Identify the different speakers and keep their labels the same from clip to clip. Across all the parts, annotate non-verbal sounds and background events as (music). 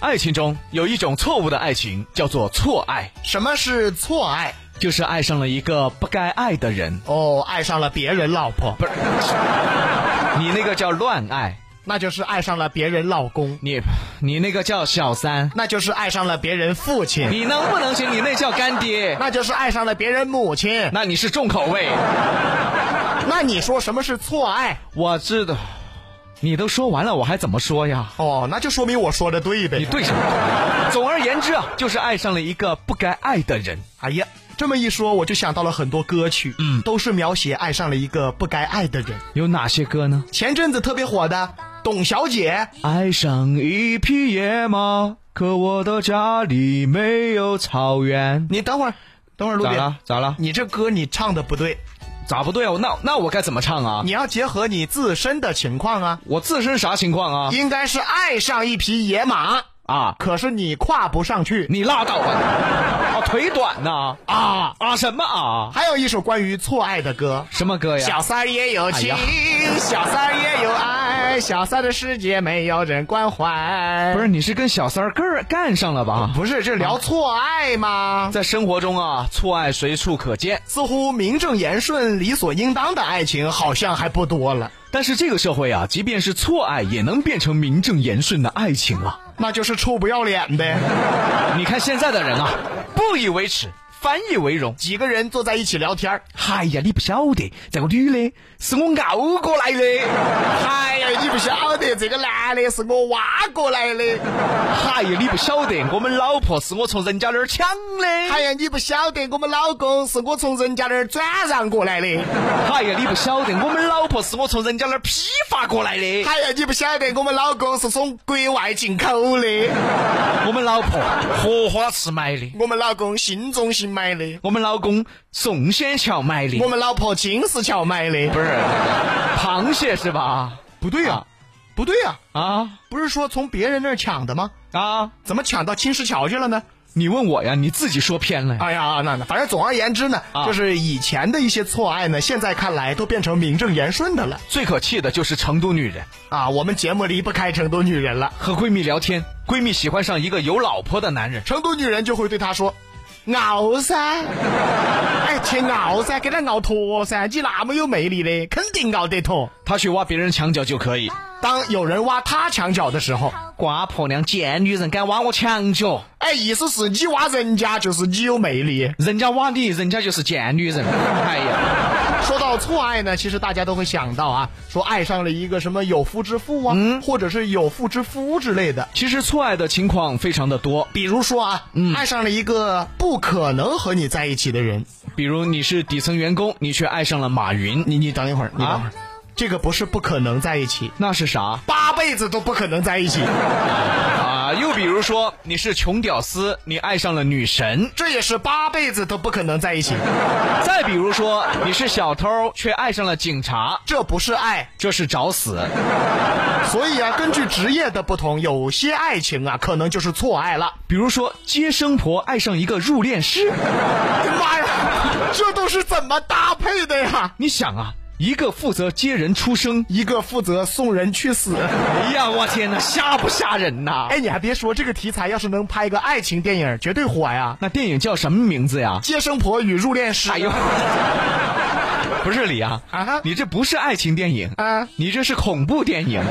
Speaker 1: 爱情中有一种错误的爱情，叫做错爱，
Speaker 2: 什么是错爱？
Speaker 1: 就是爱上了一个不该爱的人。
Speaker 2: 哦，爱上了别人老婆，
Speaker 1: 不是，你那个叫乱爱，
Speaker 2: 那就是爱上了别人老公，
Speaker 1: 你你那个叫小三，
Speaker 2: 那就是爱上了别人父亲，
Speaker 1: 你能不能行？你那叫干爹，
Speaker 2: 那就是爱上了别人母亲。
Speaker 1: 那你是重口味。
Speaker 2: 那你说什么是错爱？
Speaker 1: 我知道，你都说完了，我还怎么说呀？
Speaker 2: 哦，那就说明我说的对
Speaker 1: 你
Speaker 2: 呗。
Speaker 1: 对什么？总而言之啊，就是爱上了一个不该爱的人。
Speaker 2: 哎呀，这么一说，我就想到了很多歌曲，嗯，都是描写爱上了一个不该爱的人。
Speaker 1: 有哪些歌呢？
Speaker 2: 前阵子特别火的董小姐，
Speaker 1: 爱上一匹野马，可我的家里没有草原。
Speaker 2: 你等会儿，等会儿，卢
Speaker 1: 咋
Speaker 2: 比，
Speaker 1: 了？咋了？
Speaker 2: 你这歌你唱的不对，
Speaker 1: 咋不对啊？那那我该怎么唱啊？
Speaker 2: 你要结合你自身的情况啊，
Speaker 1: 我自身啥情况啊？
Speaker 2: 应该是爱上一匹野马，
Speaker 1: 啊，
Speaker 2: 可是你跨不上去
Speaker 1: 你拉倒吧！哦，腿短呐、啊！
Speaker 2: 啊。
Speaker 1: 什么啊？
Speaker 2: 还有一首关于错爱的歌，
Speaker 1: 什么哎歌呀？
Speaker 2: 小三儿也有情，
Speaker 1: 哎
Speaker 2: 小三儿也有爱，小三的世界没有人关怀。
Speaker 1: 不是，你是跟小三儿干干上了吧？
Speaker 2: 不是，这聊错爱吗？
Speaker 1: 在生活中啊，错爱随处可见，
Speaker 2: 似乎名正言顺、理所应当的爱情好像还不多了，
Speaker 1: 但是这个社会啊，即便是错爱，也能变成名正言顺的爱情啊。
Speaker 2: 那就是臭不要脸呗。
Speaker 1: 你看现在的人啊，不以为耻，反以为荣。
Speaker 2: 几个人坐在一起聊天儿，
Speaker 1: 哎呀，你不晓得，这个女的是我熬过来的。
Speaker 2: 哎呀，你不晓得这个男的是我挖过来的，
Speaker 1: 哎呀，你不晓得，我们老婆是我从人家那儿抢的。
Speaker 2: 哎呀，你不晓得我们老公是我从人家那儿转让过来的，
Speaker 1: 哎呀，你不晓得，我们老婆是我从人家那儿批发过来的。
Speaker 2: 哎呀，你不晓得我们老公是从国外进口的，
Speaker 1: 我们老婆荷花池买的，
Speaker 2: 我们老公新中心买的，
Speaker 1: 我们老公宋仙桥买的
Speaker 2: 我。们老婆金石桥买的。
Speaker 1: 不是，螃蟹是吧？
Speaker 2: 不对呀、不对呀、
Speaker 1: 啊
Speaker 2: 不是说从别人那儿抢的吗？
Speaker 1: 啊！
Speaker 2: 怎么抢到青石桥去了呢？
Speaker 1: 你问我呀，你自己说偏了呀。
Speaker 2: 哎呀，那那反正总而言之呢，
Speaker 1: 啊
Speaker 2: 就是以前的一些错爱呢，现在看来都变成名正言顺的了。
Speaker 1: 最可气的就是成都女人
Speaker 2: 啊，我们节目离不开成都女人了。
Speaker 1: 和闺蜜聊天，闺蜜喜欢上一个有老婆的男人，
Speaker 2: 成都女人就会对他说：“熬噻，哎，去熬噻，给他熬脱噻，你那么有魅力的，肯定熬得脱。
Speaker 1: 她去挖别人墙角就可以。”
Speaker 2: 当有人挖他墙角的时候，
Speaker 1: 瓜婆娘，贱女人敢挖我墙角，
Speaker 2: 哎，意思是你挖人家就是你有魅力。
Speaker 1: 人家挖你，人家就是贱女人。哎呀，
Speaker 2: 说到错爱呢，其实大家都会想到啊，说爱上了一个什么有妇之夫啊，或者是有妇之夫之类的。
Speaker 1: 其实错爱的情况非常的多，
Speaker 2: 比如说啊，爱上了一个不可能和你在一起的人，
Speaker 1: 比如你是底层员工，你却爱上了马云，
Speaker 2: 你你等一会儿，你等
Speaker 1: 啊
Speaker 2: 会儿，这个不是不可能在一起，
Speaker 1: 那是啥
Speaker 2: 八辈子都不可能在一起，
Speaker 1: 啊？又比如说你是穷屌丝，你爱上了女神；
Speaker 2: 这也是八辈子都不可能在一起。
Speaker 1: 再比如说你是小偷，却爱上了警察，
Speaker 2: 这不是爱，
Speaker 1: 这是找死。
Speaker 2: 所以啊，根据职业的不同，有些爱情啊，可能就是错爱了。
Speaker 1: 比如说接生婆爱上一个入殓师，
Speaker 2: 妈呀，这都是怎么搭配的呀？
Speaker 1: 你想啊，一个负责接人出生，
Speaker 2: 一个负责送人去死。
Speaker 1: 哎呀，我天哪，吓不吓人呐？
Speaker 2: 哎，你还别说，这个题材要是能拍个爱情电影，绝对火呀！
Speaker 1: 那电影叫什么名字呀？
Speaker 2: 接生婆与入殓师。
Speaker 1: 哎呦， (laughs) 不是李阳
Speaker 2: 啊哈
Speaker 1: 你这不是爱情电影
Speaker 2: 啊
Speaker 1: 你这是恐怖电影，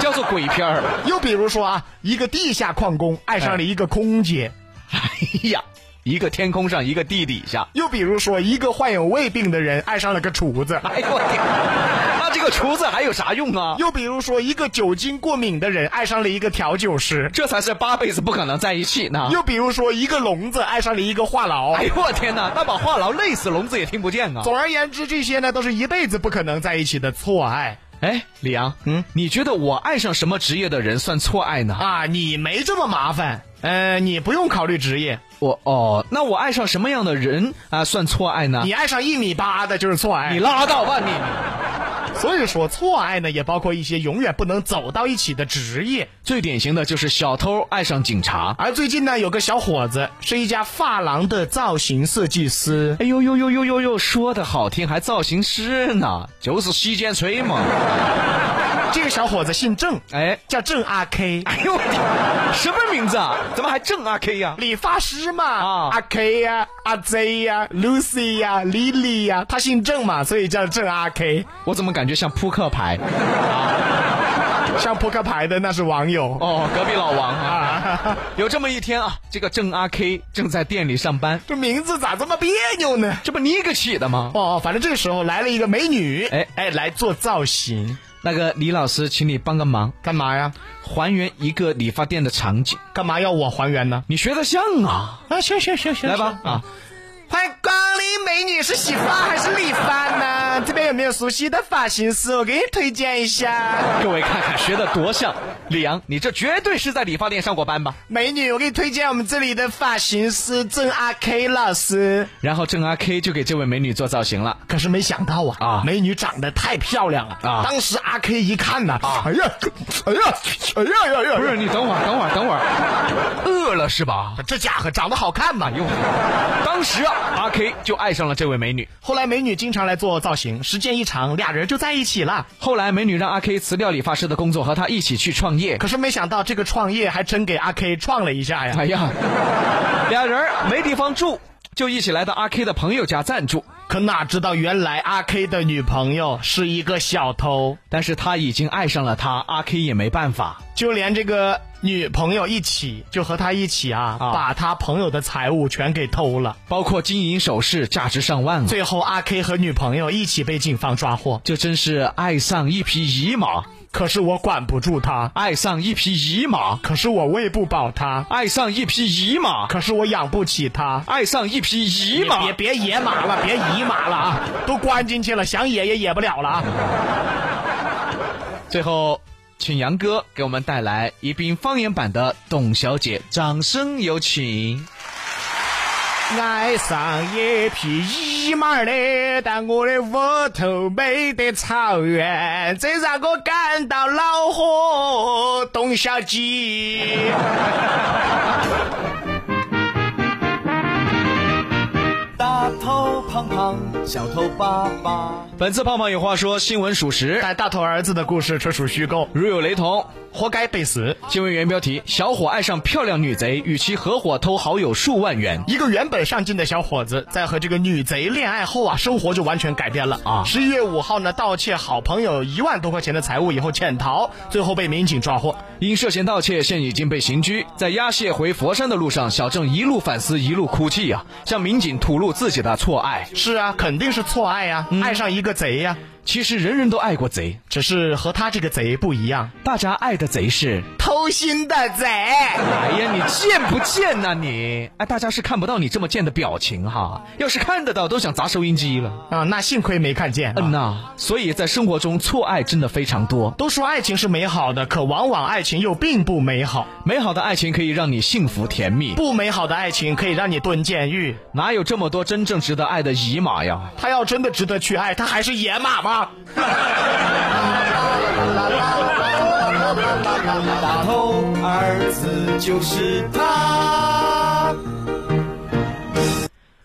Speaker 1: 叫做鬼片儿。
Speaker 2: 又比如说啊，一个地下矿工爱上了一个空姐；
Speaker 1: (laughs) 哎呀，一个天空上，一个地底下。
Speaker 2: 又比如说，一个患有胃病的人爱上了个厨子；
Speaker 1: 哎呦我天，那这个厨子还有啥用啊？
Speaker 2: 又比如说，一个酒精过敏的人爱上了一个调酒师；
Speaker 1: 这才是八辈子不可能在一起呢。
Speaker 2: 又比如说，一个聋子爱上了一个话痨
Speaker 1: 啊哎。呦我天哪，那把话痨累死聋子也听不见啊！
Speaker 2: 总而言之，这些呢都是一辈子不可能在一起的错爱
Speaker 1: 哎，李阳，
Speaker 2: 嗯，
Speaker 1: 你觉得我爱上什么职业的人算错爱呢？
Speaker 2: 啊！你没这么麻烦，呃，你不用考虑职业，
Speaker 1: 我哦，那我爱上什么样的人啊算错爱呢？
Speaker 2: 你爱上一米八的就是错爱。
Speaker 1: 你拉倒吧你！
Speaker 2: 所以说，错爱呢也包括一些永远不能走到一起的职业。
Speaker 1: 最典型的就是小偷爱上警察。
Speaker 2: 而最近呢，有个小伙子是一家发廊的造型设计师，
Speaker 1: 哎呦呦呦呦呦呦，说的好听，还造型师呢，就是洗剪吹嘛。
Speaker 2: 这个小伙子姓郑，
Speaker 1: 哎，
Speaker 2: 叫郑阿 K。
Speaker 1: 哎呦我天，什么名名字啊？怎么还正阿 K 呀、
Speaker 2: 理发师嘛，
Speaker 1: 啊
Speaker 2: 阿 K 呀、阿 Z 呀、Lucy 呀、Lily 呀、他姓郑嘛，所以叫郑阿 K。
Speaker 1: 我怎么感觉像扑克牌？
Speaker 2: 像扑克牌的那是网友
Speaker 1: 哦，隔壁老王啊！
Speaker 2: 啊，
Speaker 1: 有这么一天啊，这个郑阿 K 正在店里上班，
Speaker 2: 这名字咋这么别扭呢？
Speaker 1: 这不你给起的吗？
Speaker 2: 哦，反正这个时候来了一个美女，
Speaker 1: 哎
Speaker 2: 哎，来做造型，
Speaker 1: 那个李老师，请你帮个忙，
Speaker 2: 干嘛呀？
Speaker 1: 还原一个理发店的场景。
Speaker 2: 干嘛要我还原呢？
Speaker 1: 你学的像啊，
Speaker 2: 啊，行行行行
Speaker 1: 来吧啊！
Speaker 2: 欢迎光临，美女是洗发还是理发呢？这边有没有熟悉的发型师？我给你推荐一下。
Speaker 1: 各位看看学的多像。李阳，你这绝对是在理发店上过班吧？
Speaker 2: 美女，我给你推荐我们这里的发型师郑阿 K 老师。
Speaker 1: 然后郑阿 K 就给这位美女做造型了。
Speaker 2: 可是没想到啊，
Speaker 1: 啊
Speaker 2: 美女长得太漂亮了
Speaker 1: 啊
Speaker 2: 当时阿 K 一看呐、哎呀，哎呀，哎呀哎呀哎
Speaker 1: 不
Speaker 2: 呀，
Speaker 1: 是，你等会儿，等会儿，等会儿，饿了是吧？
Speaker 2: 这家伙长得好看嘛！
Speaker 1: 哎呦，当时啊，阿 K 就爱上了这位美女。
Speaker 2: 后来美女经常来做造型，时间一长，俩人就在一起了。
Speaker 1: 后来，美女让阿 K 辞掉理发师的工作，和他一起去创业。
Speaker 2: 可是没想到这个创业还真给阿 K 创了一下呀！
Speaker 1: 哎呀，俩人儿没地方住，就一起来到阿 K 的朋友家暂住。
Speaker 2: 可哪知道原来阿 K 的女朋友是一个小偷，
Speaker 1: 但是他已经爱上了她，阿 K 也没办法。
Speaker 2: 就连这个女朋友一起就和他一起啊，
Speaker 1: 啊
Speaker 2: 把他朋友的财物全给偷了。
Speaker 1: 包括金银首饰，价值上万啊！
Speaker 2: 最后阿 K 和女朋友一起被警方抓获，
Speaker 1: 这真是爱上一匹野马，
Speaker 2: 可是我管不住他，
Speaker 1: 爱上一匹野马，
Speaker 2: 可是我喂不饱他，
Speaker 1: 爱上一匹野马，
Speaker 2: 可是我养不起他。
Speaker 1: 爱上一匹野马。
Speaker 2: 别别野马了，别野马了啊！都关进去了，想野也野不了了啊！
Speaker 1: 最后，请杨哥给我们带来宜宾方言版的《董小姐》，掌声有请。
Speaker 2: 爱上一匹野马嘞，但我的屋头没得草原，这让我感到恼火。董小姐，
Speaker 1: 大头胖胖，小头巴巴。本次胖胖有话说新闻属实，
Speaker 2: 但大头儿子的故事纯属虚构，
Speaker 1: 如有雷同。
Speaker 2: 活该被死。
Speaker 1: 新闻原标题：小伙爱上漂亮女贼，与其合伙偷好友数万元。
Speaker 2: 一个原本上进的小伙子，在和这个女贼恋爱后啊，生活就完全改变了
Speaker 1: 啊
Speaker 2: 十一月五号呢，盗窃好朋友一万多块钱的财物以后潜逃，最后被民警抓获。
Speaker 1: 因涉嫌盗窃，现已经被刑拘。在押解回佛山的路上，小郑一路反思，一路哭泣呀、向民警吐露自己的错爱。
Speaker 2: 是啊，肯定是错爱呀、爱上一个贼呀、
Speaker 1: 其实人人都爱过贼，
Speaker 2: 只是和他这个贼不一样，
Speaker 1: 大家爱的贼是
Speaker 2: 偷心的贼。
Speaker 1: 哎呀，你贱不贱呐、你？哎，大家是看不到你这么贱的表情哈，要是看得到都想砸收音机了。
Speaker 2: 啊，那幸亏没看见、
Speaker 1: 嗯
Speaker 2: 啊。
Speaker 1: 呐、所以在生活中错爱真的非常多。
Speaker 2: 都说爱情是美好的，可往往爱情又并不美好。
Speaker 1: 美好的爱情可以让你幸福甜蜜，
Speaker 2: 不美好的爱情可以让你蹲监狱。
Speaker 1: 哪有这么多真正值得爱的姨妈呀？
Speaker 2: 他要真的值得去爱，他还是野马吗？
Speaker 1: 大头儿子就是他。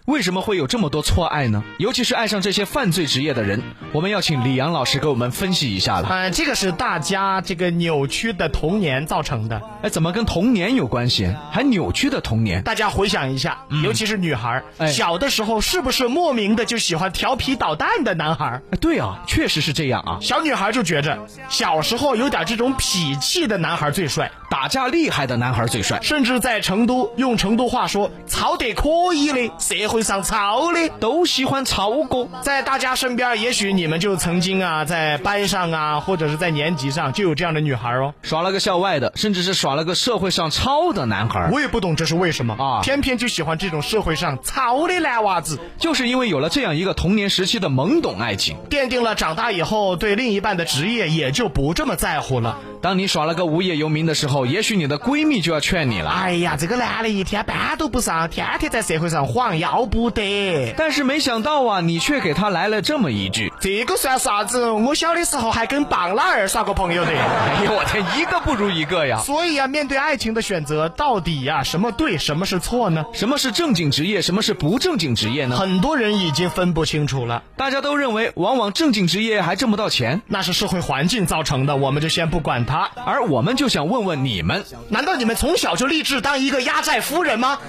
Speaker 1: 为什么会有这么多错爱呢？尤其是爱上这些犯罪职业的人，我们要请李阳老师给我们分析一下了。
Speaker 2: 嗯，这个是大家这个扭曲的童年造成的。
Speaker 1: 哎，怎么跟童年有关系？还扭曲的童年？
Speaker 2: 大家回想一下，尤其是女孩儿、
Speaker 1: 哎
Speaker 2: 小的时候是不是莫名的就喜欢调皮捣蛋的男孩儿？
Speaker 1: 哎对啊，确实是这样啊。
Speaker 2: 小女孩就觉着小时候有点这种痞气的男孩最帅，
Speaker 1: 打架厉害的男孩最帅，
Speaker 2: 甚至在成都用成都话说“吵得可以的，社会上吵的”。
Speaker 1: 都喜欢曹哥。
Speaker 2: 在大家身边，也许你们就曾经啊，在班上啊，或者是在年级上就有这样的女孩哦。
Speaker 1: 耍了个校外的，甚至是耍了个社会上超的男孩，
Speaker 2: 我也不懂这是为什么
Speaker 1: 啊
Speaker 2: 偏偏就喜欢这种社会上草的男娃子，
Speaker 1: 就是因为有了这样一个童年时期的懵懂爱情。
Speaker 2: 奠定了长大以后对另一半的职业也就不这么在乎了。
Speaker 1: 当你耍了个无业游民的时候，也许你的闺蜜就要劝你了。啊
Speaker 2: 哎呀，这个男的一天班都不上，天天在社会上晃，要不得。
Speaker 1: 但是没想到啊，你却给她来了这么一句
Speaker 2: 这个算啥子？我小的时候还跟棒拉儿耍过朋友的。
Speaker 1: 哎呦我天，一个不如一个呀！
Speaker 2: 所以啊，面对爱情的选择，到底呀、什么对，什么是错呢？
Speaker 1: 什么是正经职业，什么是不正经职业呢？
Speaker 2: 很多人已经分不清楚了，
Speaker 1: 大家都认为，往往正经职业还挣不到钱，
Speaker 2: 那是社会环境造成的，我们就先不管它。
Speaker 1: 而我们就想问问你们，
Speaker 2: 难道你们从小就立志当一个压寨夫人吗？